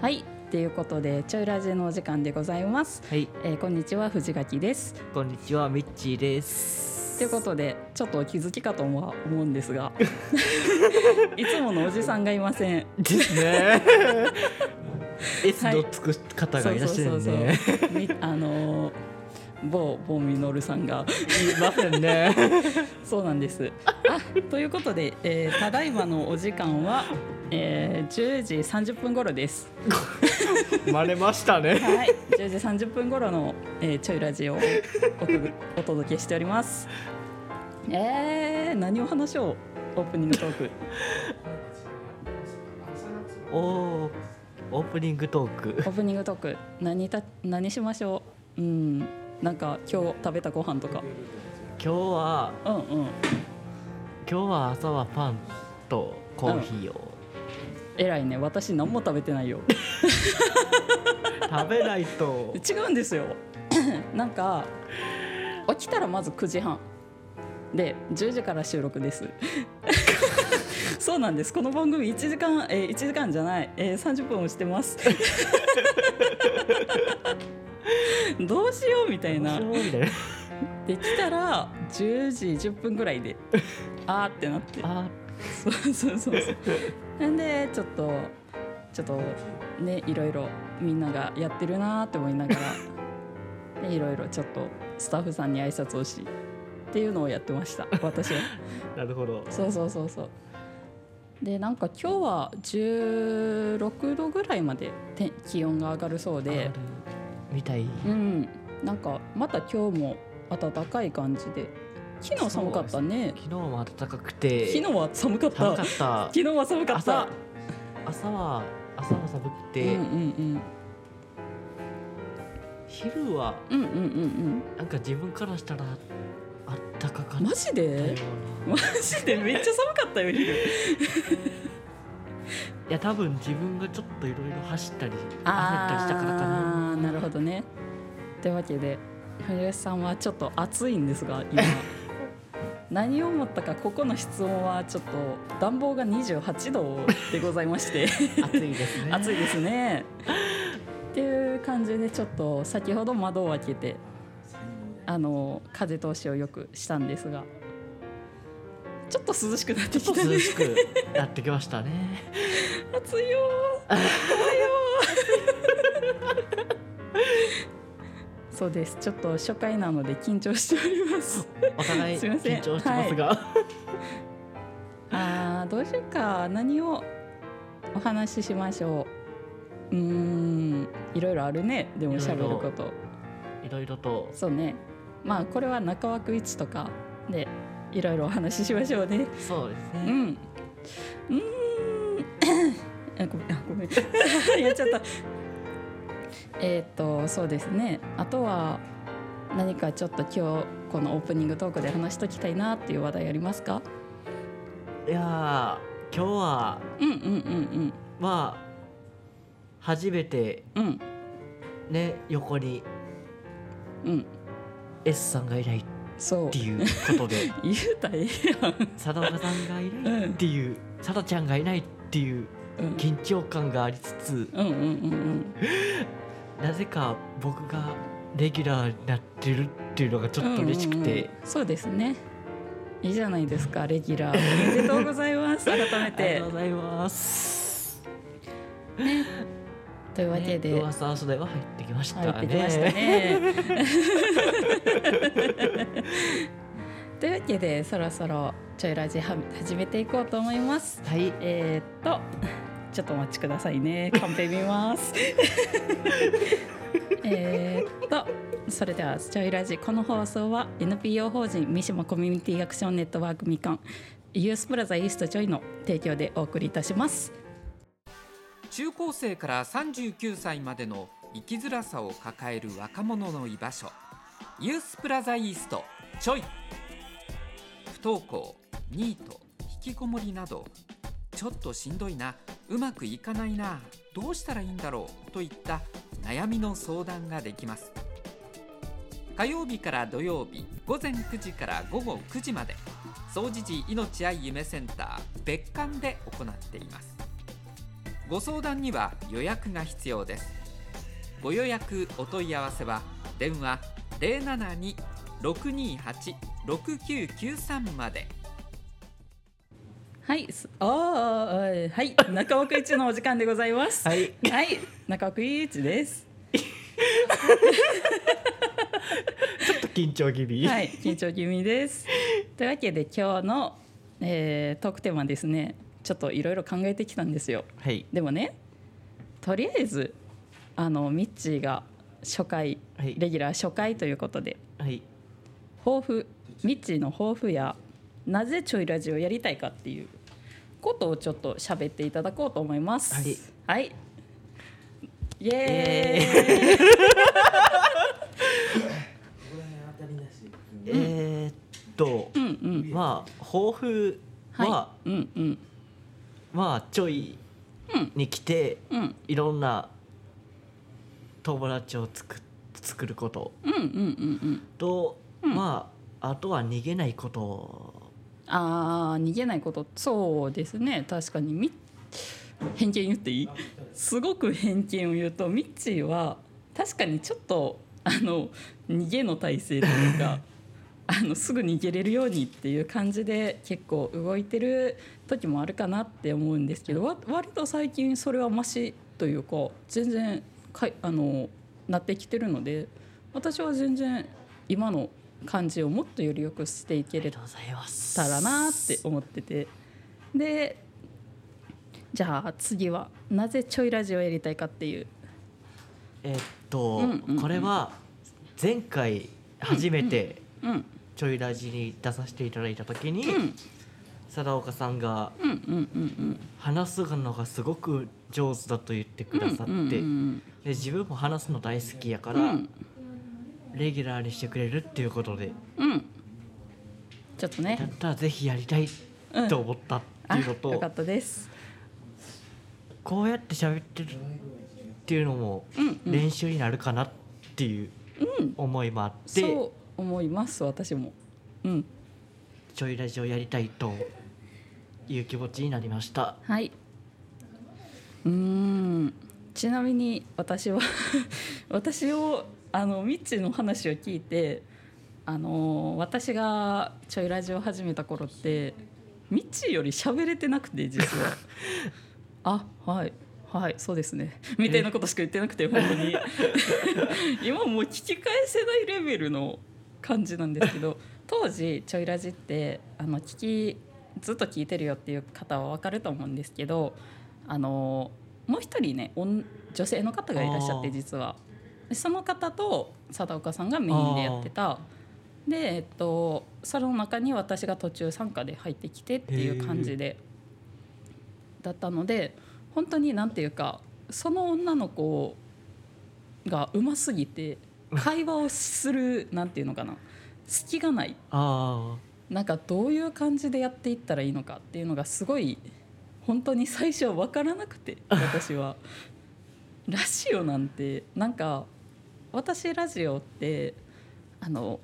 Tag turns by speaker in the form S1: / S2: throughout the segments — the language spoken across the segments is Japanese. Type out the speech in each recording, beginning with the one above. S1: はいということでちょいラジのお時間でございます、
S2: はい、
S1: えーこんにちは藤垣です
S2: こんにちは、ミッチーです。
S1: ということでちょっとお気づきかと思思うんですが いつものおじさんがいません
S2: です ね。S のつく方がいらっしゃる
S1: そ
S2: ね。
S1: うそうそうそうみあのー某某ミノルさんが
S2: いません ね。
S1: そうなんですあということで、えーただいまのお時間は、えー10時30分頃です
S2: 真似ましたね。
S1: はい10時30分頃の、えーちょいラジオをお届お届けしておりますえー、何を話しようオープニングトーク
S2: おーオープニングトーク
S1: オ。ープニングトーク何た何しましょううんなんか今日食べたご飯とか
S2: 今日は
S1: うんうん
S2: 今日は朝はパンとコーヒーを
S1: 偉いね私何も食べてないよ
S2: 食べないと。
S1: 違うんですよ なんか起きたらまず9時半で10時から収録です そうなんですこの番組1時間、えー、1時間じゃない、えー、30分をしてます どうしようみたいな
S2: 面白いね。
S1: できたら10時10分ぐらいであーってなって
S2: あ、
S1: そうそうそうそうなんでちょっとちょっとねいろいろみんながやってるなーって思いながら、ね、いろいろちょっとスタッフさんに挨拶をしっていうのをやってました私は
S2: なるほど。
S1: そうそうそうそうでなんか今日は16度ぐらいまで天気温が上がるそうで
S2: みたい。
S1: うんなんかまた今日も暖かい感じで昨日寒かったね
S2: 昨日も暖かくて。
S1: 昨日は寒かった
S2: 寒かった。
S1: 昨日は寒かった
S2: 朝朝は朝は寒くて、
S1: うんうん
S2: 昼は
S1: うんうんうんうん
S2: なんか自分からしたらあったかか
S1: うん
S2: っ
S1: マジ
S2: たよ
S1: で
S2: うな、
S1: マジでめっちゃ寒かったよ昼
S2: いや多分自分がちょっといろいろ走ったり焦ったりしたからかな
S1: あーなるほどねというわけで藤吉さんはちょっと暑いんですが 今何を思ったかここの質問はちょっと暖房が28度でございまして
S2: 暑いですね
S1: 暑いですねっていう感じでちょっと先ほど窓を開けてあの風通しをよくしたんですがちょっと涼しくなって
S2: ちょ
S1: き
S2: っと
S1: たね
S2: 涼しくなってきましたね
S1: 暑いよー怖いよー そうですちょっと初回なので緊張しております
S2: お互い
S1: すいません
S2: 緊張してますが
S1: あーどうしようか何をお話ししましょううーんいろいろあるねでも喋ること
S2: いろいろと
S1: そうねまあこれは中枠一とかでいろいろお話ししましょうね
S2: そうです
S1: う
S2: ね、
S1: ん。うーん。あごめん、あごめん。やっちゃった。えっと、そうですね。あとは。何かちょっと今日このオープニングトークで話しときたいなっていう話題ありますか。
S2: いやー今日は
S1: うんうんうん
S2: まあ初めて
S1: うんうん
S2: ね横に
S1: うん。
S2: S さんがいないっ
S1: そう
S2: て。いうこ とで
S1: 言うたらええ
S2: 佐田岡さんがいないっていう、佐田ちゃんがいないっていう
S1: やん。うん
S2: 緊張感がありつつ
S1: うんうんうん
S2: なぜか僕がレギュラーになってるっていうのがち
S1: う
S2: ょ
S1: ん。
S2: っと嬉しくて、
S1: うんうんうんそうですね。いいじゃないですかレギュラー。おめでとうございます。改め
S2: ありが
S1: て
S2: とう。ございます。
S1: というわけで。
S2: ね噂遊びは入ってきましたね。
S1: 入ってきましたね。 というわけでそろそろちょいラジは始めていこうと思います。
S2: はい、
S1: えー、っとちょっとお待ちくださいね。カンペ見ます。 えーっとそれではちょいラジこの放送は NPO 法人三島コミュニティアクションネットワークみかんユースプラザイーストちょいの提供でお送りいたします。
S3: 中高生から39歳までの生きづらさを抱える若者の居場所ユースプラザイーストちょい不登校ニート引きこもりなどちょっとしんどいなうまくいかないなどうしたらいいんだろうといった悩みの相談ができます火曜日から土曜日午前9時から午後9時まで総持寺命愛夢センター別館で行っていますご相談には予約が必要ですご予約お問い合わせは電話072-628-6993まで
S1: はい、すおーおーはい、中岡一のお時間でございます。
S2: はい
S1: はい、中岡一です。
S2: ちょっと緊張気味
S1: はい、緊張気味です。というわけで今日の、えー、トークテーマですね、ちょっといろいろ考えてきたんですよ。
S2: はい
S1: でもね、とりあえずあのミッチーが初回、
S2: はい
S1: レギュラー初回ということで、
S2: はい
S1: 抱負ミッチーの抱負やなぜちょいラジオやりたいかっていうことをちょっと喋っていただこうと思います。
S2: はい、
S1: イエ
S2: えー、っと、
S1: ーイ。うんうん。
S2: まあ抱負は、
S1: はい。うんうん
S2: まあちょいに来て、
S1: うん
S2: いろんな友達を作っ作ること
S1: うんうんうんうん。
S2: と、まああとは逃げないこと
S1: ああ逃げないことそうですね確かにみ偏見言っていいすごく偏見を言うとミッチーは確かにちょっとあの逃げの体制というか あのすぐ逃げれるようにっていう感じで結構動いてる時もあるかなって思うんですけどわ割と最近それはマシというか全然かいあのなってきてるので私は全然今の感じをもっとより良くしていけれ
S2: でございます
S1: たらなって思っててでじゃあ次はなぜちょいラジオやりたいかっていう
S2: えっと、
S1: うんうんうん
S2: これは前回初めて
S1: うん
S2: ちょいラジに出させていただいた時に、
S1: うん
S2: 貞岡さんが
S1: うんうんうん
S2: 話すのがすごく上手だと言ってく
S1: うん
S2: ださって、
S1: うん
S2: で
S1: うん
S2: 自分も話すの大好きやか
S1: う
S2: ら、
S1: ん
S2: レギュラーにしてくれるっていうことで
S1: うんちょっと
S2: だっ
S1: ね
S2: たらぜひやりたい
S1: うん
S2: と思ったって
S1: あ
S2: いうのと、
S1: よかったです
S2: こうやって喋ってるっていうのも
S1: うんうん
S2: 練習になるかなっていう思いもあって、
S1: そう思います私もうん
S2: ちょいラジオやりたいという気持ちになりました。
S1: はいうーんちなみに私は私をあのミッチーの話を聞いてあの私がちょいラジオ始めた頃ってミッチーより喋れてなくて実 はあはいはいそうですねみたいなことしか言ってなくて本当に 今もう聞き返せないレベルの感じなんですけど当時ちょいラジってあの聞きずっと聞いてるよっていう方は分かると思うんですけどあのもう一人ねおん女性の方がいらっしゃって
S2: あー
S1: 実はでその方と佐岡さんがメインでやってたで、えっと、その中に私が途中参加で入ってきてっていう感じでだったので本当になんていうかその女の子がうますぎて会話をするなんていうのかな隙がない
S2: あ
S1: なんかどういう感じでやっていったらいいのかっていうのがすごい本当に最初は分からなくて私は。 ラジオなんてなんか私ラジオってあの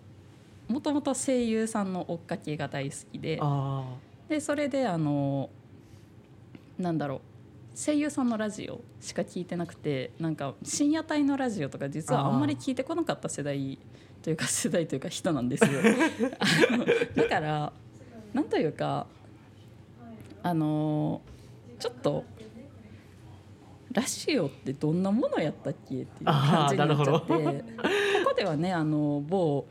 S1: もともと声優さんの追っかけが大好きで
S2: ああ
S1: でそれであのなんだろう声優さんのラジオしか聞いてなくてなんか深夜帯のラジオとか実はあんまり聞いてこなかった世代というか世代というか人なん ですよ。あのだからなんというかあのちょっとラジオってどんなものやったっけっていう感じになっちゃっ
S2: あーな
S1: てここではねあの某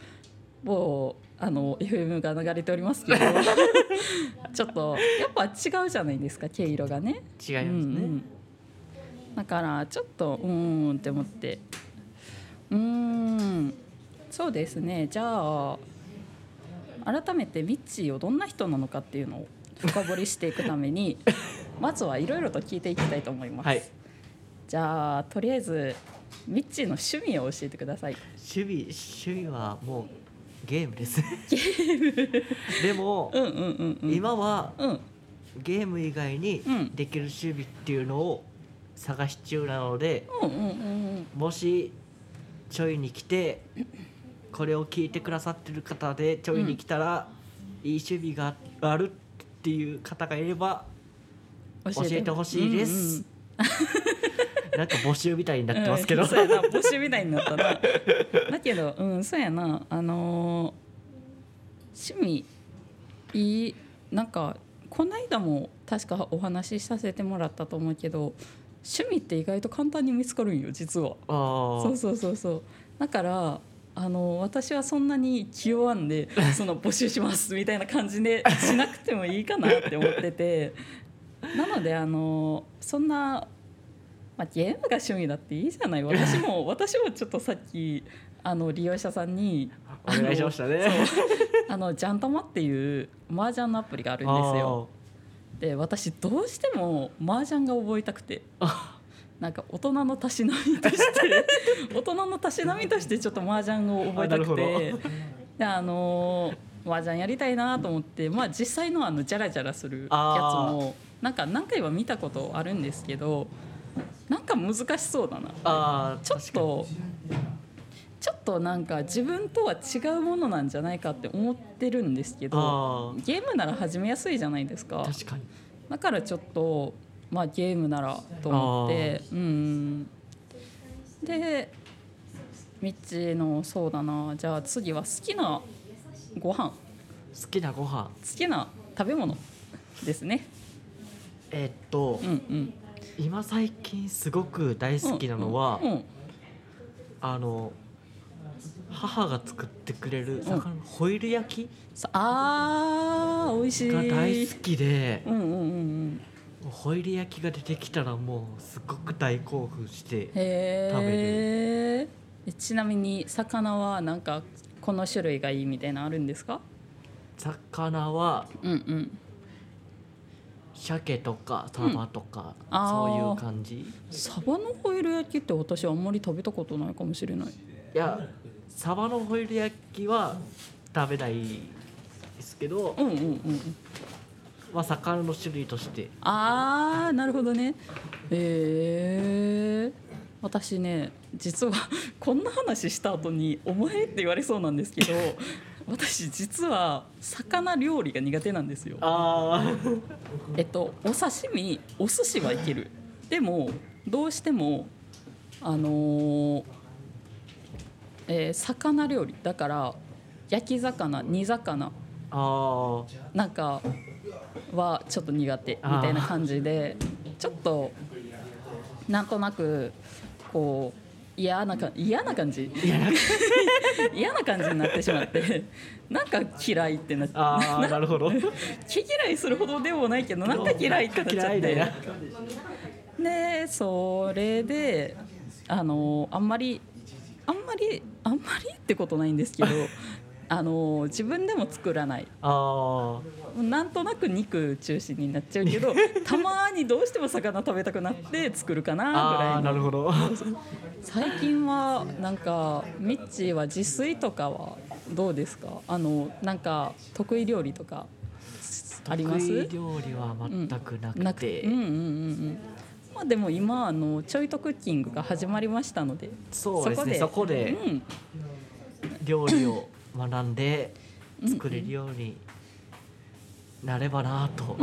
S1: 某あの FM が流れております けどちょっとやっぱ違うじゃないですか毛色がね。
S2: 違いますね。
S1: うんうん、だからちょっとうーんって思ってうーんそうですねじゃあ改めてミッチーをどんな人なのかっていうのを深掘りしていくため にまずはいろいろと聞いていきたいと思います、
S2: はい
S1: じゃあとりあえずミッチーの趣味を教えてください
S2: 趣味趣味はもうゲームです。ゲーム。でも、
S1: うんうんうんうん
S2: 今は
S1: うん
S2: ゲーム以外に
S1: うん
S2: できる趣味っていうのを探し中なので、
S1: うんうんうん
S2: もしちょいに来てこれを聞いてくださってる方でちょいに来たら、いい趣味があるっていう方がいれば
S1: うん
S2: 教えてほしいです
S1: うんうん
S2: なんか募集みたいになってますけど、
S1: うん、そうやな募集みたいになったなだけどうんそうやなあのー趣味いいなんかこないだも確かお話しさせてもらったと思うけど趣味って意外と簡単に見つかるんよ実は
S2: あー
S1: そうそうそうそうだからあの私はそんなに気弱んでその募集しますみたいな感じでしなくてもいいかなって思っててなのであのそんな、まあ、ゲームが趣味だっていいじゃない私も私もちょっとさっきあの利用者さんにあ
S2: お
S1: の
S2: 願いしましたね
S1: あのジャンタマっていう麻雀のアプリがあるんですよ。で私どうしても麻雀が覚えたくて
S2: あ
S1: なんか大人のたしなみとして 大人のたしなみとしてちょっと麻雀を覚えたく
S2: あな
S1: て
S2: る
S1: であのー、麻雀やりたいなと思って、まあ、実際のあのジャラジャラするやつ
S2: あー
S1: もなんか何回は見たことあるんですけどなんか難しそうだな
S2: ーあー
S1: ちょっとちょっとなんか自分とは違うものなんじゃないかって思ってるんですけど
S2: あー
S1: ゲームなら始めやすいじゃないですか。
S2: 確かに
S1: だからちょっと、まあ、ゲームならと思ってうんでミッチーのそうだなじゃあ次は好きなご飯好
S2: 好きなご飯
S1: きな食べ物ですね
S2: えーっと、
S1: うんうん
S2: 今最近すごく大好きなのは、
S1: うんうん
S2: あの母が作ってくれる魚、ホイル焼
S1: さあー美味し
S2: き
S1: い
S2: が大好きで、
S1: うんうんうんうん
S2: ホイル焼きが出てきたらもうすごく大興奮して
S1: へえちなみに魚はなんかこの種類がいいみたいなのあるんですか
S2: 魚は
S1: うんうん
S2: 鮭とかサバとか、
S1: あー
S2: そういう感じ
S1: サバのホイル焼きって私あんまり食べたことないかもしれない
S2: いやサバのホイル焼きは食べないですけど、
S1: うんうんうん
S2: まあ、魚の種類として
S1: あーなるほどねえー、私ね実はこんな話した後に「お前」って言われそうなんですけど私実は魚料理が苦手なんですよ。
S2: あー
S1: えっとお刺身お寿司はいけるでもどうしてもあのーえー魚料理だから焼き魚煮魚
S2: あ
S1: なんかはちょっと苦手みたいな感じでちょっとなんとなくこう嫌なか嫌な感じ嫌な感じになってしまって なんか嫌いってなっ
S2: ーあーなるほど
S1: 毛嫌いするほどでもないけどなんか嫌いってなっちゃっ
S2: 嫌いだ
S1: て
S2: な
S1: でそれであのあんまりあんまりあんまりってことないんです けどあの自分でも作らない
S2: あー
S1: なんとなく肉中心になっちゃうけど たまにどうしても魚食べたくなって作るかなぐら
S2: あー
S1: い
S2: な
S1: の
S2: るほど
S1: 最近はなんかミッチーは自炊とかはどうですかあのなんか得意料理とかあります
S2: 得意料理は全くな
S1: な
S2: く
S1: く
S2: て、
S1: うんうんうんうんまあでも今あのちょいとクッキングが始まりましたので
S2: そうですねそ
S1: そ
S2: こ
S1: こ
S2: で
S1: うん
S2: 料理を学んで作れるようになればなと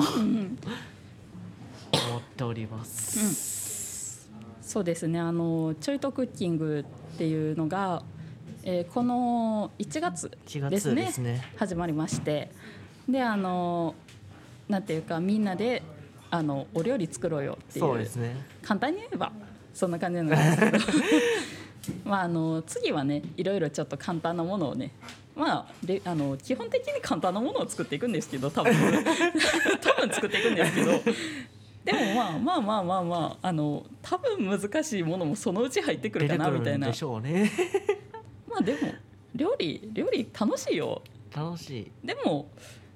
S2: 思っております、
S1: そうですねあのちょいとクッキングっていうのが、えーこの1月
S2: 1月ですね
S1: ですね始まりましてであのなんていうかみんなであのお料理作ろうよってい
S2: そう
S1: う
S2: ですね
S1: 簡単に言えばそんな感じなんです けどまああの次はねいろいろちょっと簡単なものをねまあであの基本的に簡単なものを作っていくんですけど 多分多分作っていくんですけど。でもまあまあまあまあまああの多分難しいものもそのうち入ってくる
S2: 出
S1: か
S2: てく
S1: なみた
S2: る
S1: い
S2: ん
S1: な
S2: でしょうね
S1: まあでも料理料理楽しいよ
S2: 楽しい
S1: でも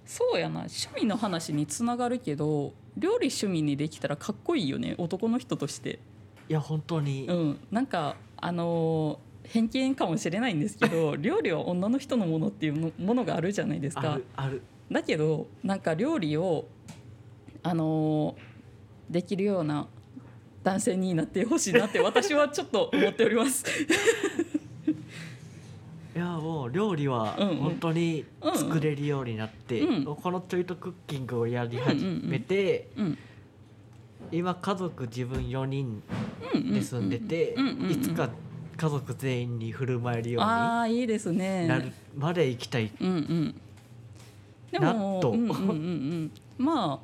S1: そうやな趣味の話につながるけど料理趣味にできたらかっこいいよね男の人として
S2: いや本当に、
S1: うんなんかあのー偏見かもしれないんですけ ど料理は女の人のものっていうのものがあるじゃないです
S2: あ
S1: か
S2: るある
S1: だけどなんか料理をあのーできるような男性になってほしいなって私はちょっと思っており ます。
S2: いやもう料理は
S1: うんうん
S2: 本当に作れるようになって、
S1: うん
S2: このちょいとクッキングをやり始めて、
S1: うん
S2: 今家族自分4人で住んでて
S1: うんうんうんうん
S2: いつか家族全員に振る舞えるように
S1: ああいいですね
S2: なるまで行きたい
S1: うんうんで
S2: な
S1: も
S2: っと
S1: うんうんうんうんま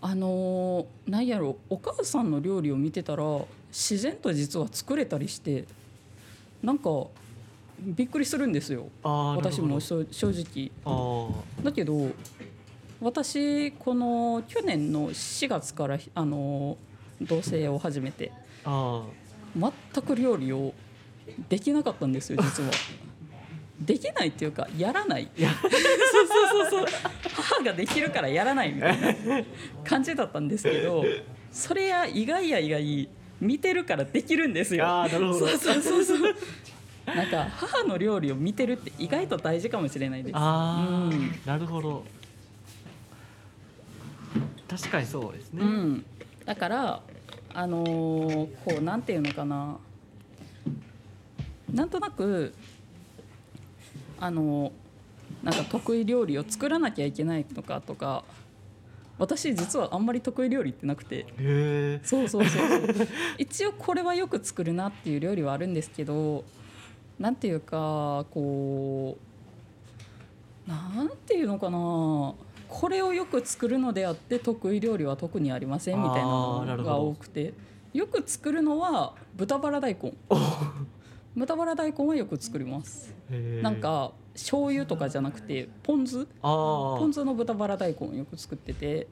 S1: ああのーなんやろお母さんの料理を見てたら自然と実は作れたりしてなんかびっくりするんですよ
S2: あーなる
S1: 私
S2: ほど
S1: も正正直
S2: あー
S1: だけど私この去年の4月からあの同棲を始めて
S2: あ
S1: 全く料理をできなかったんですよ実は。できないっていうかやらない
S2: や
S1: そうそうそうそう母ができるからやらないみたいな感じだったんですけどそれや意外や意外見てるからできるんです
S2: ー
S1: よ。
S2: あーなるほど
S1: そうそうそうそうなんか母の料理を見てるって意外と大事かもしれないです。
S2: あー、
S1: うん
S2: なるほど確かにそうですね、
S1: うん、だからあのーこうなんていうのかななんとなくあのーなんか得意料理を作らなきゃいけないのかとか私実はあんまり得意料理ってなくて
S2: へえ
S1: そうそうそう そう一応これはよく作るなっていう料理はあるんですけどなんていうかこうなんていうのかなこれをよく作るのであって得意料理は特にありませんみたいな
S2: あーな
S1: の
S2: るほ
S1: が
S2: ど
S1: 多くてよく作るのは豚バラ大根
S2: お
S1: 豚バラ大根はよく作ります
S2: へー
S1: なんか醤油とかじゃなくてポン酢
S2: あー
S1: ポン酢の豚バラ大根をよく作ってて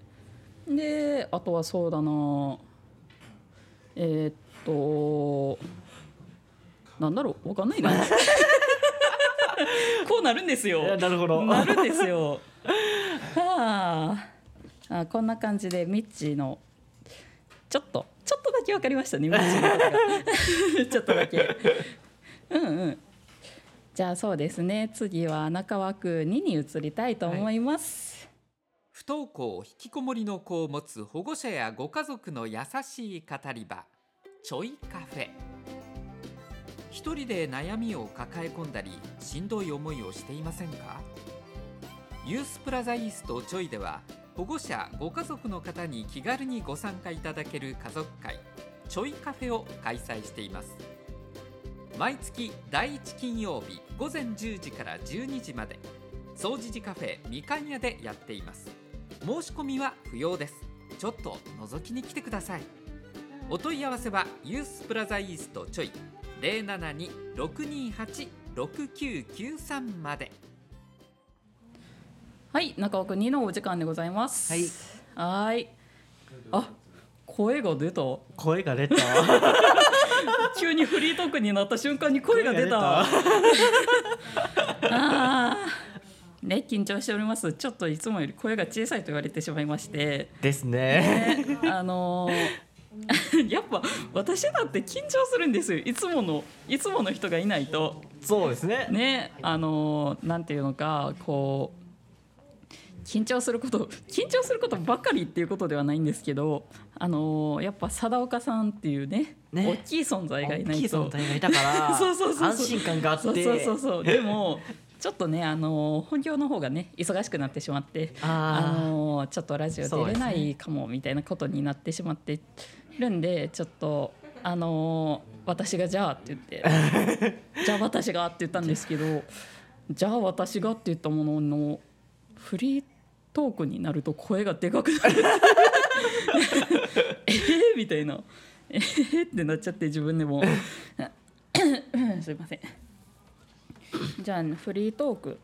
S1: であとはそうだなえーっとなんだろうわかん ないなこうなるんです
S2: いや
S1: よ
S2: なるほど
S1: なるんですよ はああこんな感じでミッチーのちょっとちょっとだけわかりましたねミッチーの ことがちょっとだけうんうんじゃあそうですね次は中枠2に移りたいと思います、
S3: 不登校引きこもりの子を持つ保護者やご家族の優しい語り場ちょいカフェ一人で悩みを抱え込んだりしんどい思いをしていませんかユースプラザイーストちょいでは保護者ご家族の方に気軽にご参加いただける家族会ちょいカフェを開催しています毎月第1金曜日午前10時から12時まで総除寺カフェみかん屋でやっています申し込みは不要ですちょっと覗きに来てくださいお問い合わせはユースプラザイーストちょい072-628-6993まで
S1: はい、中尾くん二のお時間でございます。は
S2: はい。
S1: ーい。あ、声が出た。
S2: 声が出た
S1: 急にフリートークになった瞬間に声が出た。
S2: 声が出
S1: ああ。ね、緊張しております。ちょっといつもより声が小さいと言われてしまいまして。
S2: たですね
S1: ね、あのー やっぱ私だって緊張するんですよいつものいつもの人がいないと
S2: そうですね
S1: ねあのーなんていうのかこう緊張すること緊張することばかりっていうことではないんですけどあのーやっぱ貞岡さんっていうね
S2: ね
S1: 大きい存在がいな
S2: 大き
S1: い
S2: い存
S1: と
S2: 在がいたか ら
S1: そうそうそうそう
S2: 安心感があって
S1: そうそうそうそうでもちょっとねあのー本業の方がね忙しくなってしまってあ
S2: あ
S1: のーちょっとラジオ出れないかもみたいなことになってしまってるんでちょっとあのー私がじゃあって言って「じゃあ私が」って言ったんですけど「じゃあ私が」って言ったもののフリートークになると声がでかくなるえーみたいな「えーってなっちゃって自分でもすいませんじゃあフリートーク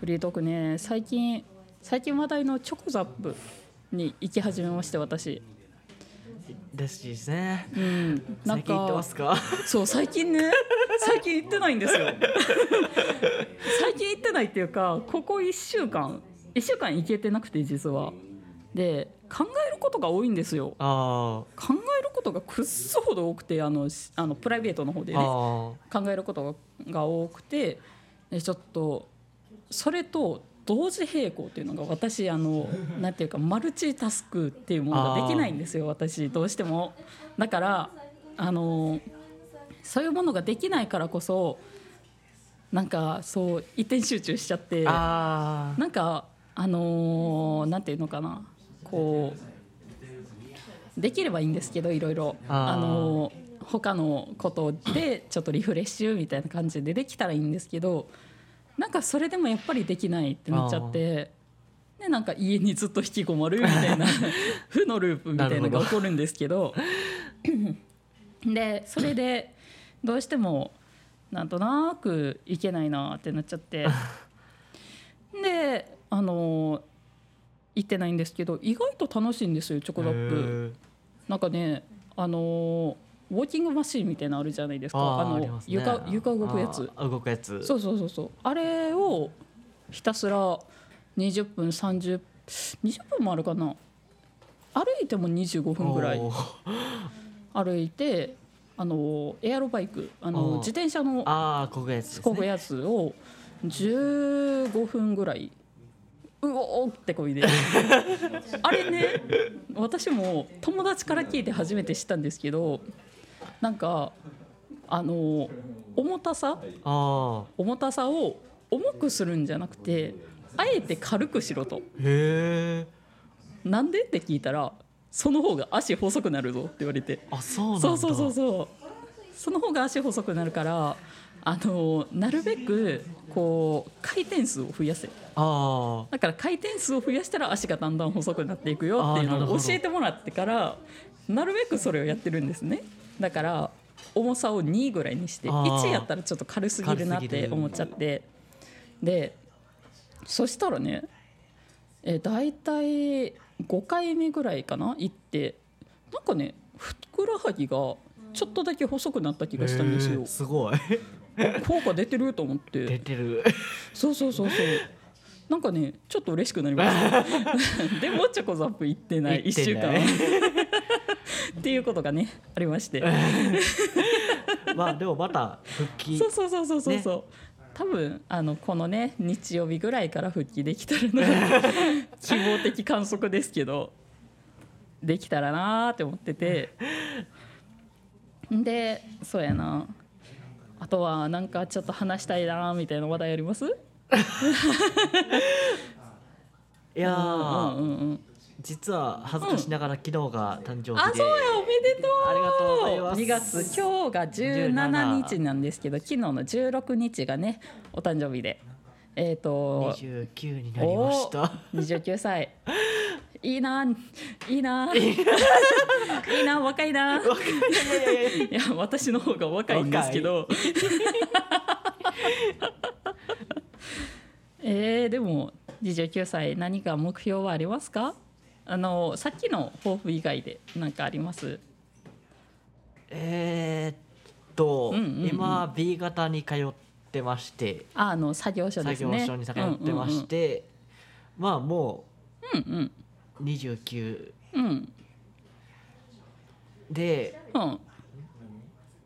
S1: フリートークね最近最近話題のチョコザップに行き始めまして私、
S2: ーですしですね
S1: うん、なん
S2: 最近行ってま
S1: か
S2: すか
S1: そう最近ね最近行ってないんですよ 最近行ってないっていうかここ1週間1週間行けてなくて実はで考えることが多いんですよ
S2: あ
S1: 考えることがくっそほど多くてあのしあのプライベートの方で
S2: ー
S1: ね
S2: あ
S1: 考えることが多くてでちょっとそれと同時並行っていうのが私あのなんていうかマルチタスクっていうものができないんですよ私どうしてもだからあのそういうものができないからこそなんかそう一点集中しちゃって
S2: ーあー
S1: なんかあのーなんていうのかなこうできればいいんですけどいろいろ
S2: あー
S1: あの他のことでちょっとリフレッシュみたいな感じでできたらいいんですけどなんかそれでもやっぱりできないってなっちゃってでなんか家にずっと引きこもるみたいな負のループみたいなの
S2: なる
S1: が
S2: ほど
S1: 起こるんですけどでそれでどうしてもなんとなくいけないなってなっちゃって であの行ってないんですけど意外と楽しいんですよチョコザップ。
S2: へー
S1: なんかねあのーウォーキングマシーンみたいなのあるじゃないですか
S2: あー
S1: の
S2: ありますね
S1: 床床動くやつ
S2: あー動くやつ
S1: そうそうそうそうあれをひたすら20分3020分もあるかな歩いても25分ぐらい
S2: おー
S1: 歩いてあのエアロバイクあ
S2: お
S1: の
S2: ー
S1: 自転車の
S2: ああこぐやつです
S1: こぐ
S2: ね
S1: やつを15分ぐらいうおーってこいであれね私も友達から聞いて初めて知ったんですけどなんかあの重たさ
S2: あ
S1: 重たさを重くするんじゃなくてあえて軽くしろと
S2: あへえ
S1: なんでって聞いたらその方が足細くなるぞって言われて
S2: あそうなんだ
S1: そうそうそうそうその方が足細くなるからあのなるべくこう回転数を増やせ
S2: あ
S1: だから回転数を増やしたら足がだんだん細くなっていくよっていう
S2: あーなる
S1: の
S2: ほ
S1: を
S2: ど
S1: 教えてもらってからなるべくそれをやってるんですねだから重さを2ぐらいにして
S2: あー
S1: 1やったらちょっと軽すぎるなっ
S2: 軽すぎ
S1: て
S2: る
S1: 思っちゃってでそしたらねえー、大体5回目ぐらいかな行ってなんかねふくらはぎがちょっとだけ細くなった気
S2: あ
S1: がしたんですよ
S2: すごい
S1: 効果出てると思って
S2: 出てる
S1: そうそうそうそう。なんかね、ちょっと嬉しくなりました。 でもチョコザップ行ってない
S2: 行
S1: 一
S2: って
S1: 週間
S2: ない
S1: っていうことがねありまして、
S2: まあでもまた復帰
S1: そうそうそうそうそうそう。多分あのこのね日曜日ぐらいから復帰できたら な希望的観測ですけどできたらなーって思っててでそうやなあとはなんかちょっと話したいなーみたいな話題あります
S2: いやー、
S1: うんうんうんうん
S2: 実は恥ずかしながら昨日が誕生
S1: あ、
S2: 日
S1: そう
S2: で、
S1: や、おめでとう。
S2: ありがとうございます
S1: 2月、今日が17日なんですけど、昨日の16日がね、お誕生日で。えっ、と、
S2: 29になりました
S1: おー29歳。 いいな、いい な、いいな、若いな。い
S2: いやいやいやいや
S1: や、私の方が若いんですけど。 えー、でも29歳何か目標はありますかあのさっきの抱負以外で何かあります
S2: えーっと、
S1: うんうんうん
S2: 今 B 型に通ってまして、
S1: あの作業所で
S2: 作
S1: す
S2: 業
S1: ね。
S2: 所に通ってまして、まあも
S1: うんうん
S2: う29
S1: うん。うん
S2: で、
S1: うん。うん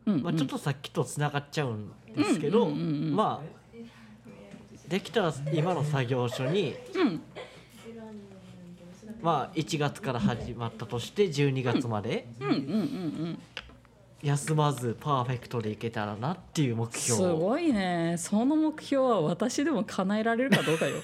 S1: うんうん。
S2: まあ、ちょっとさっきとつながっちゃうんですけど、
S1: うんうんうんうん
S2: まあできたら今の作業所に、
S1: うん
S2: まあ、1月から始まったとして12月まで
S1: うんうんうんうん。
S2: 休まずパーフェクトでいけたらなっていう目
S1: す
S2: 標
S1: ごいね。その目標は私でも叶えられるかどうかよ。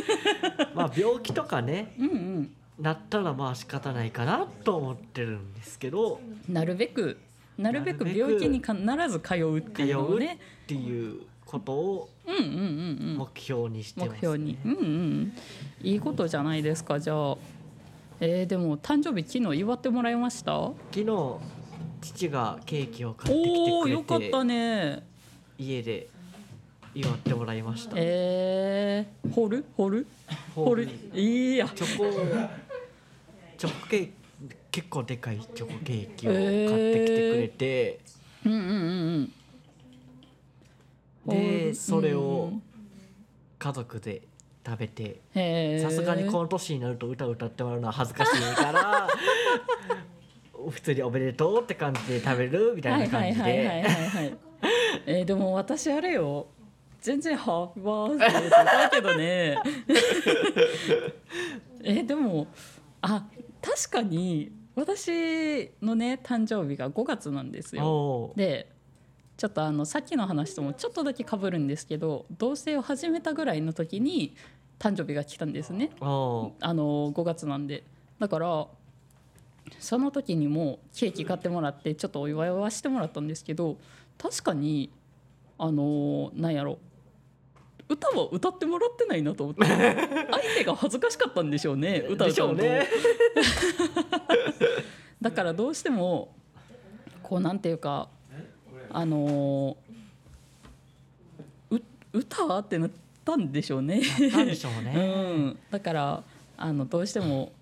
S2: まあ病気とかね
S1: うんうん。
S2: なったらまあ仕方ないかなと思ってるんですけど
S1: なるべくなるべく
S2: なるべく
S1: 病気にかならず通うって
S2: 通
S1: いうのを
S2: うっ
S1: ね。
S2: ていうことを
S1: うんうんうんうん。
S2: 目標にしてます、ね、
S1: 目標に。うんうん。いいことじゃないですか。じゃあ。えー、でも誕生日昨日祝ってもらいました。お
S2: 昨日父がケーキを買ってきて
S1: お
S2: く
S1: ー
S2: れ
S1: よか
S2: て
S1: ったね。
S2: 家で祝ってもらいました
S1: えー、ホールホールホー
S2: ホー
S1: ル
S2: ル
S1: いいや
S2: チョコチョコケーキ結構でかいチョコケーキを
S1: え
S2: 買
S1: ー
S2: ってきてくれて、
S1: うんうんうんうん
S2: でそれを
S1: うん
S2: 家族で食べて
S1: へー
S2: さすがにこの年になると歌を歌ってもらうのは恥ずかしいから 普通に「おめでとう」って感じで食べるみたいな感じ
S1: はいはいはいはい
S2: で
S1: はいはいえーでも私あれよ全然ハーフバースデーだけど ねえーでもあ確かに私のね誕生日が5月なんですよ
S2: おー
S1: でちょっとあのさっきの話ともちょっとだけかぶるんですけど同棲を始めたぐらいの時に誕生日が来たんですね
S2: おー
S1: あの5月なんでだからその時にもケーキ買ってもらってちょっとお祝いはしてもらったんですけど確かにあのーなんやろ歌は歌ってもらってないなと思って相手が恥ずかしかったんでしょうね歌
S2: でし
S1: 歌
S2: ょ
S1: う
S2: う
S1: と、
S2: ね。
S1: だからどうしてもこうなんていうかあのーう歌ってなったんでしょうね。
S2: なんでしょう
S1: う
S2: ね。
S1: ん、だからあのどうしても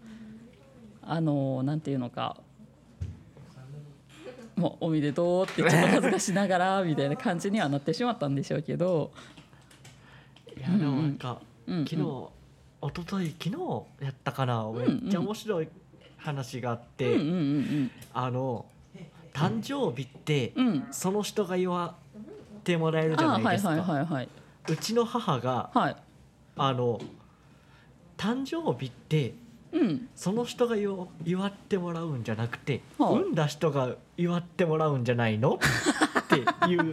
S1: あのなんていうのかもうおめでとうってちょっと恥ずかしながらみたいな感じにはなってしまったんでしょうけど、
S2: いやでもなんか
S1: うんうん
S2: 昨日一昨日昨日やったかなめっちゃ面白い話があっ
S1: うんうん
S2: てあの誕生日って
S1: うんうんうん
S2: その人が祝ってもらえるじ
S1: あ
S2: ゃ
S1: あ
S2: な
S1: はいい
S2: です
S1: はい
S2: か。
S1: はいはいう
S2: ちの母が
S1: はい
S2: あの誕生日って
S1: うん
S2: その人が祝祝ってもらうんじゃなくて、
S1: はあ
S2: 産んだ人が祝ってもらうんじゃないのっていう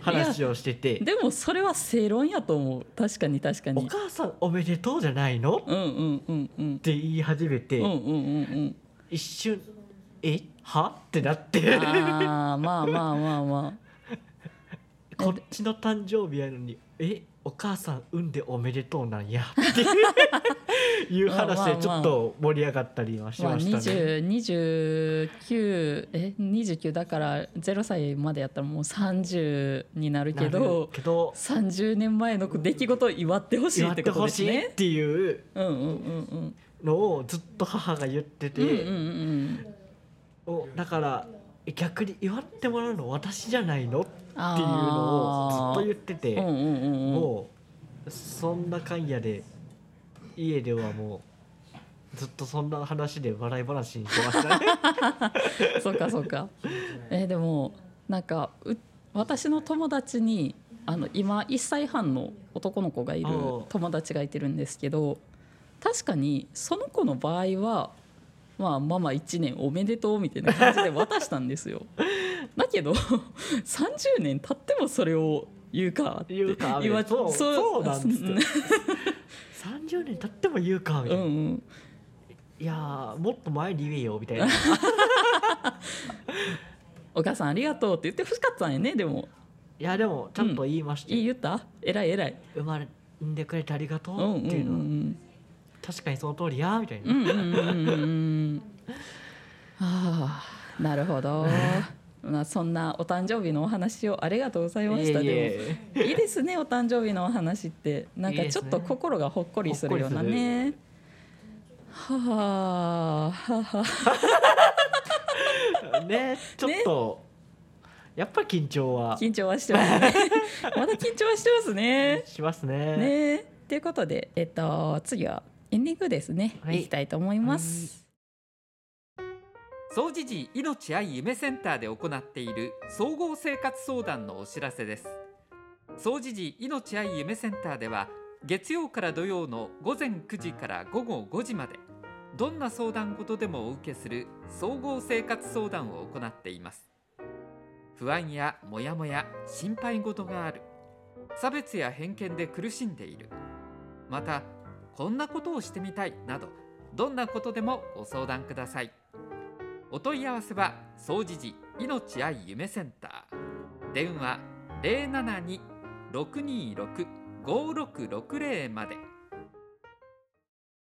S2: 話をしてて
S1: でもそれは正論やと思う確かに確か
S2: 「お
S1: に
S2: 母さんおめでとうじゃないの?」っ
S1: うんうんうんうん
S2: て言い始めて、
S1: うんうんう ん
S2: 一瞬「えは?」ってなっ
S1: う
S2: て
S1: んああまあまあまあま
S2: こっちの誕生日やのに「えお母さん産んでおめでとうなんや」っていういう話でちょっと盛り上がったりは
S1: あ
S2: し
S1: まあ
S2: ましたね。
S1: 20 29え29だから0歳までやったらもう30になるけ
S2: なる
S1: ど
S2: けど
S1: 30年前の出来事を祝ってほしい
S2: 祝
S1: っ
S2: ってて
S1: こと
S2: ほ
S1: です
S2: しい
S1: ね
S2: っ。ていう
S1: うんうんうん
S2: のをずっと母が言って
S1: うんうん
S2: て、
S1: うん
S2: おだから逆に祝ってもらうの私じゃないのって
S1: あー
S2: いうのをずっと言ってて、
S1: うんうんうんうんうん
S2: もうそんな感やで家ではもうずっとそんな話で笑い話にしてまし たね。
S1: そうかそうか。えーでもなんかう私の友達にあの今1歳半の男の子がいる
S2: あー
S1: 友達がいてるんですけど確かにその子の場合は、まあ、ママ1年おめでとうみたいな感じで渡したんです よ。だけど30年経ってもそれを言うかって
S2: 言うか
S1: 言わ
S2: そうそうなんですって
S1: ね。
S2: 30年経っても言うかみ
S1: う
S2: たい
S1: ん
S2: な、
S1: う
S2: い
S1: ん、
S2: やーもっと前に言えよみたいな
S1: お母さんありがとうって言ってほしかったんやねでも
S2: いやでもちゃんと言いました
S1: いい言
S2: よ、
S1: った偉い偉い。
S2: 生まれんでくれてありがと
S1: うんう
S2: うんっ
S1: うん
S2: て
S1: う
S2: いうのは、
S1: ん
S2: 確かにその通りやみたいな、
S1: うんうんうんうんうん。ああ、なるほど。まあそんなお誕生日のお話をありがとうございました。
S2: いえいえ
S1: でもいいですねお誕生日のお話ってなんかちょっ
S2: いいです
S1: と
S2: ね
S1: 心がほっこりするような
S2: ほっこり
S1: ね。はあはあ。
S2: ねちょっと、やっぱ緊張は
S1: 緊張はしてます ね。まだ緊張はしてますね。
S2: しますね
S1: ね。ということでえっと次はエンディングですね。
S2: はい
S1: いきたいと思います。
S3: 総持寺命愛夢センターで行っている総合生活相談のお知らせです総持寺命愛夢センターでは月曜から土曜の午前9時から午後5時までどんな相談事でもお受けする総合生活相談を行っています不安やモヤモヤ心配事がある差別や偏見で苦しんでいるまたこんなことをしてみたいなどどんなことでもご相談くださいお問い合わせは総持寺命愛夢センター電話0 7 2 6 2 6 5 6 6 0まで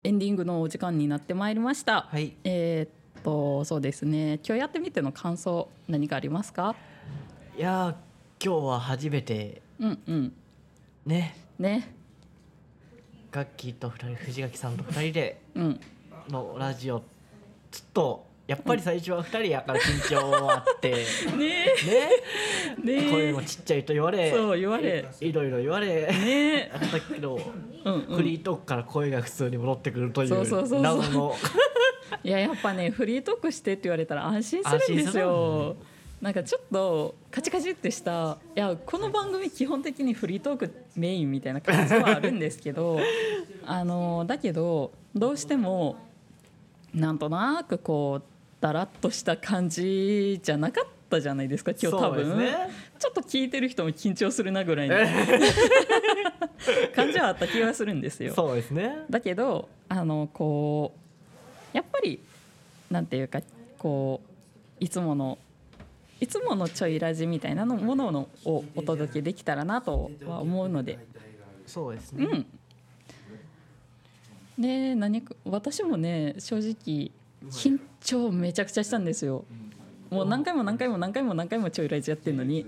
S1: エンディングのお時間になってまいりました。
S2: はい
S1: えーっとそうですね今日やってみての感想何かありますか
S2: いやー今日は初めて
S1: うんうん
S2: ね
S1: ね
S2: ガッキーと二人藤垣さんと二人で
S1: うん
S2: のラジオちょっとやっぱり最初は二人やから緊張はあって、
S1: ね
S2: ね
S1: え ねえ
S2: 声もちっちゃいと言われ
S1: そう言われ
S2: いろいろ言われ
S1: ねえ
S2: あったけど、
S1: うんう
S2: フ
S1: ん、
S2: リートークから声が普通に戻ってくるとい
S1: そうそうそうそう
S2: う謎の
S1: いややっぱねフリートークしてって言われたら安心するんですよなんかちょっとカチカチってしたいやこの番組基本的にフリートークメインみたいな感じはあるんですけどあのだけどどうしてもなんとなくこうだらっとした感じじゃなかったじゃないですか今日多
S2: そうで
S1: 分、
S2: すね
S1: ちょっと聞いてる人も緊張するなぐらいの感じはあった気がするんですよ。
S2: そうですね
S1: だけどあのこうやっぱりなんていうかこういつものいつものちょいラジみたいなのもののをお届けできたらなとは思うので
S2: そうです
S1: う
S2: ね、
S1: ん。ねえ何か私もね正直緊張めちゃくちゃしたんですよ。もう何回も何回も何回も何回もちょいラジやってるのに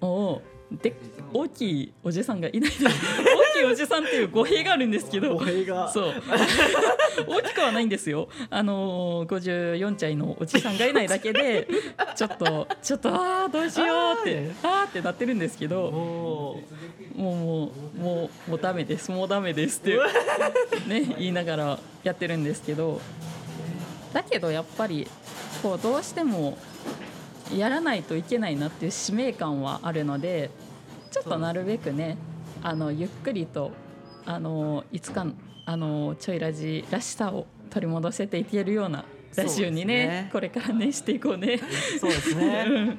S1: おうで大きいおじさんがいないです大きいおじさんっていう語弊があるんですけど
S2: お礼が
S1: そう大きくはないんですよあのー、54歳のおじさんがいないだけでちょっとちょっとああどうしようってああってなってるんですけど
S2: も
S1: もうもうもうもうダメですもうダメですってね言いながらやってるんですけどだけどやっぱりこうどうしてもやらないといけないなっていう使命感はあるのでちょっとなるべくねあのゆっくりとあのいつかあのちょいラジらしさを取り戻せていけるようなラジオにね
S2: そうですね
S1: これからねしていこうね。
S2: うそうです
S1: う
S2: ね
S1: ん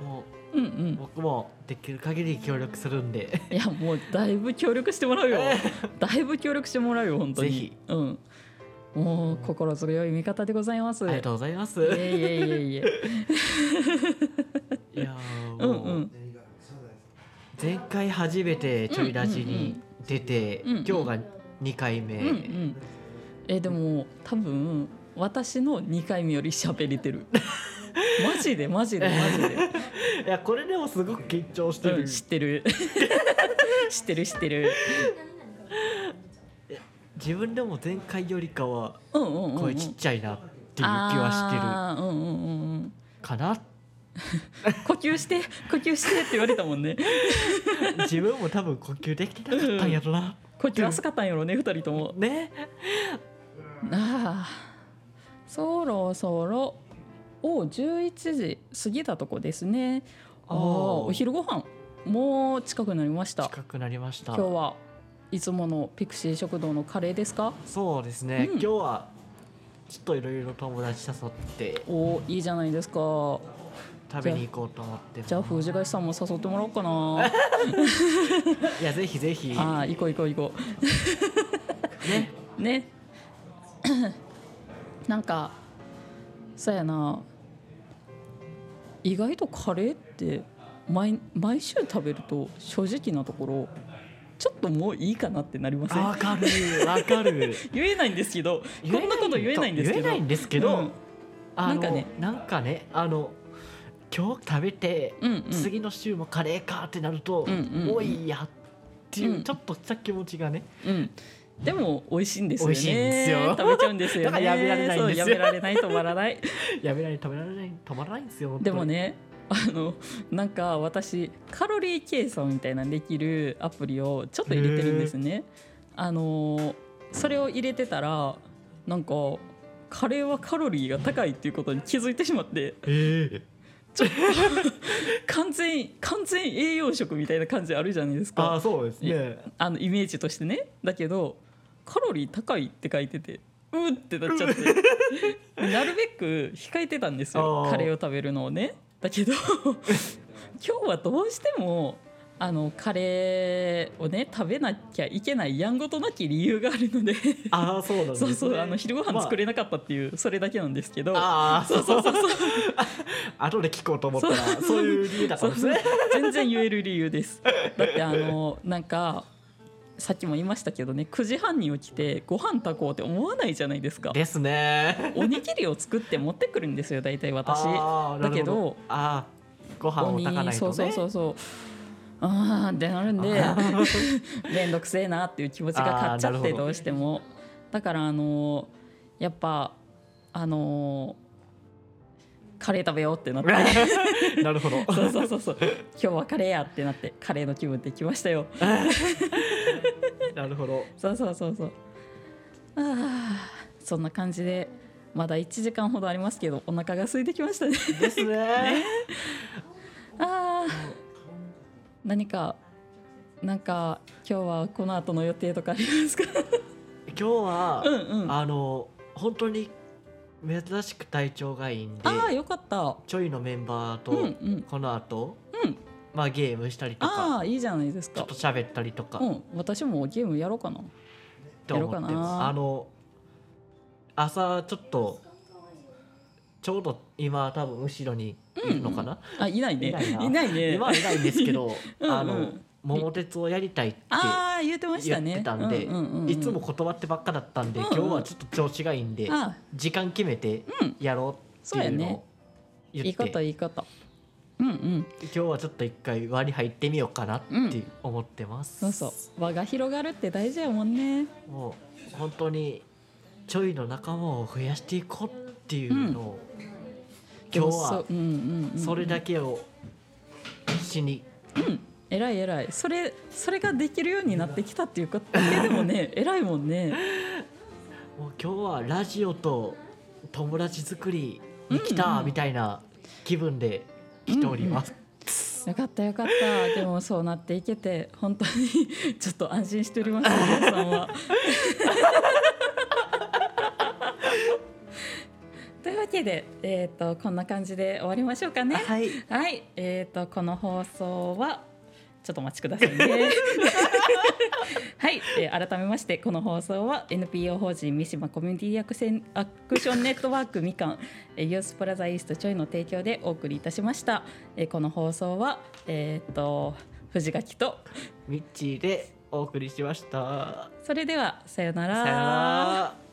S2: も
S1: うんう
S2: うん僕もできる限り協力するんで
S1: いやもうだいぶ協力してもらうよだいぶ協力してもらうよ本当に
S2: ぜひ
S1: うんもう心強い味方でございます
S2: ありがとうございます
S1: いえいえいえいえ
S2: いやー
S1: うん
S2: もう
S1: うん
S2: 前回初めてちょいラジに出て、
S1: うんうんうん
S2: 今日が2回目、
S1: うんうんえでも多分私の2回目より喋れて るマジでマジでマジで、
S2: いやこれでもすごく緊張 して
S1: う
S2: る、
S1: ん、知ってる知ってる知ってる
S2: 自分でも前回よりかは
S1: うんうんうん、うん、
S2: 声ちっちゃいなっていう気は
S1: あーうんうんうんうん
S2: してるかな、
S1: 呼吸して呼吸してって言われたもん ね
S2: 自分も多分呼吸できてなかったんやろな、
S1: 呼吸浅かったんやろね2人とも
S2: ね
S1: ああそろそろお11時過ぎ過ぎたとこですねあ
S2: あー
S1: あお昼ご飯もう近くなりました
S2: 近くなりました
S1: 今日はいつものピクシー食堂のカレーですか
S2: そうですね、
S1: うん
S2: 今日はちょっといろいろ友達誘って
S1: おーいいじゃないですか
S2: 食べに行こうと思って
S1: じゃあ藤ヶ谷さんも誘ってもらおうか な
S2: いやぜひぜひ
S1: ああ行こう行こう行こ
S2: ね
S1: うね なんかそうやな意外とカレーって毎毎週食べると正直なところちょっともういいかなってなりません
S2: わかるわかる
S1: 言えないんですけどこんなこと言えないんですけど
S2: 言えないんですけど、
S1: うんな
S2: あの
S1: んかね
S2: なんかねあの今日食べて、
S1: うんうん
S2: 次の週もカレーかってなると、
S1: うんうんうん
S2: 多いやっていう、
S1: うん
S2: ちょっとした気持ちがね
S1: うん、でも美味しいんですよね
S2: 美味しいんですよ
S1: 食べちゃうんです よね
S2: だからやめられないんですよ
S1: そうやめられない止まらない
S2: やめられ食べられない止まらないんですよ本当
S1: で
S2: に
S1: もねあのなんか私カロリー計算みたいなのできるアプリをちょっと入れてるんですね。あのそれを入れてたらなんかカレーはカロリーが高いっていうことに気づいてしまって
S2: えー
S1: 完全完全栄養食みたいな感じあるじゃないです
S2: あ
S1: か
S2: あそうですね
S1: あのイメージとしてねだけどカロリー高いって書いててうーってなっちゃってなるべく控えてたんですよ
S2: あー
S1: カレーを食べるのをねだ けど今日はどうしてもあのカレーをね食べなきゃいけないやんごとなき理由があるので
S2: ああそうなんです、
S1: そう
S2: ね、
S1: そうあの昼ご飯作れ
S2: ま
S1: なかったっていう、それだけなんですけど
S2: あ、あー
S1: そうそうそうそう
S2: 後で聞こうと思ったらそういう理由だったんですね
S1: 全然言える理由ですだってあのなんかさっきも言いましたけどね9時半に起きてご飯炊こうって思わないじゃないですか
S2: ですね
S1: おにぎりを作って持ってくるんですよ大体私
S2: あーなるほ
S1: だけど
S2: あーご飯を炊かないと
S1: そう
S2: ね
S1: そうそうそうああってなるんで 面倒くせえなっていう気持ちが勝っち
S2: あーな
S1: ゃ
S2: る
S1: っ
S2: ほ
S1: て
S2: ど
S1: どうしてもだからあのーやっぱあのーカレー食べようってなって
S2: なるほど
S1: そうそうそうそう今日はカレーやってなってカレーの気分できましたよ
S2: なるほど
S1: そうそうそうそうああそんな感じでまだ1時間ほどありますけどお腹が空いてきました ね
S2: ですね
S1: ああ何かなんか今日はこの後の予定とかありますか
S2: 今日は、
S1: うんうんあ
S2: あの本当に珍しく体調がいいんで
S1: あよかった
S2: ちょいのメンバー
S1: うんう
S2: と
S1: ん
S2: この後、
S1: うん
S2: まあゲームしたりと
S1: あ
S2: か
S1: あいいじゃないです
S2: ち
S1: か
S2: ょっと喋ったりとか
S1: うん私もゲームやろうかな
S2: と思って
S1: やろうか
S2: ます
S1: な
S2: あの朝ちょっとちょうど今多分後ろにいるのかな、
S1: あいないね
S2: いないない
S1: ないね
S2: 今はいないんですけど
S1: うん
S2: あ
S1: う
S2: の
S1: ん
S2: 桃鉄をやりたいって
S1: ああ言ってまし
S2: 言
S1: た
S2: っ
S1: ね
S2: てたんで、
S1: うんうんうんうん
S2: いつも断ってばっかだったんで、
S1: うんうん
S2: 今日はちょっと調子がいいんで、
S1: あ
S2: 時間決めてやろうっていうのを言
S1: いい
S2: って、
S1: こといいことうんうん
S2: 今日はちょっと一回割り入ってみようかなって思ってます、
S1: そうそう輪が広がるって大事やもんね
S2: もう本当にちょいの仲間を増やしていこうっていうのを、今日は
S1: そううんうんうん
S2: それだけをしに、
S1: 偉い偉いそれそれができるようになってきたっていうことだけでも ね偉いもんね
S2: もう今日はラジオと友達作りに来たみたいな気分で来ております、
S1: よかったよかったでもそうなっていけて本当に ちょっと安心しております皆さん は。というわけで、えー、とこんな感じで終わりましょうかね。
S2: はい
S1: はい、えー、とこの放送はちょっとお待ちください ね。はい、えー改めましてこの放送は NPO 法人三島コミュニティアクセンアクションネットワークみかんえーユースプラザイーストちょいの提供でお送りいたしました。えーこの放送はえーっと藤垣と
S2: ミッチーでお送りしました
S1: それではさよな
S2: さよなら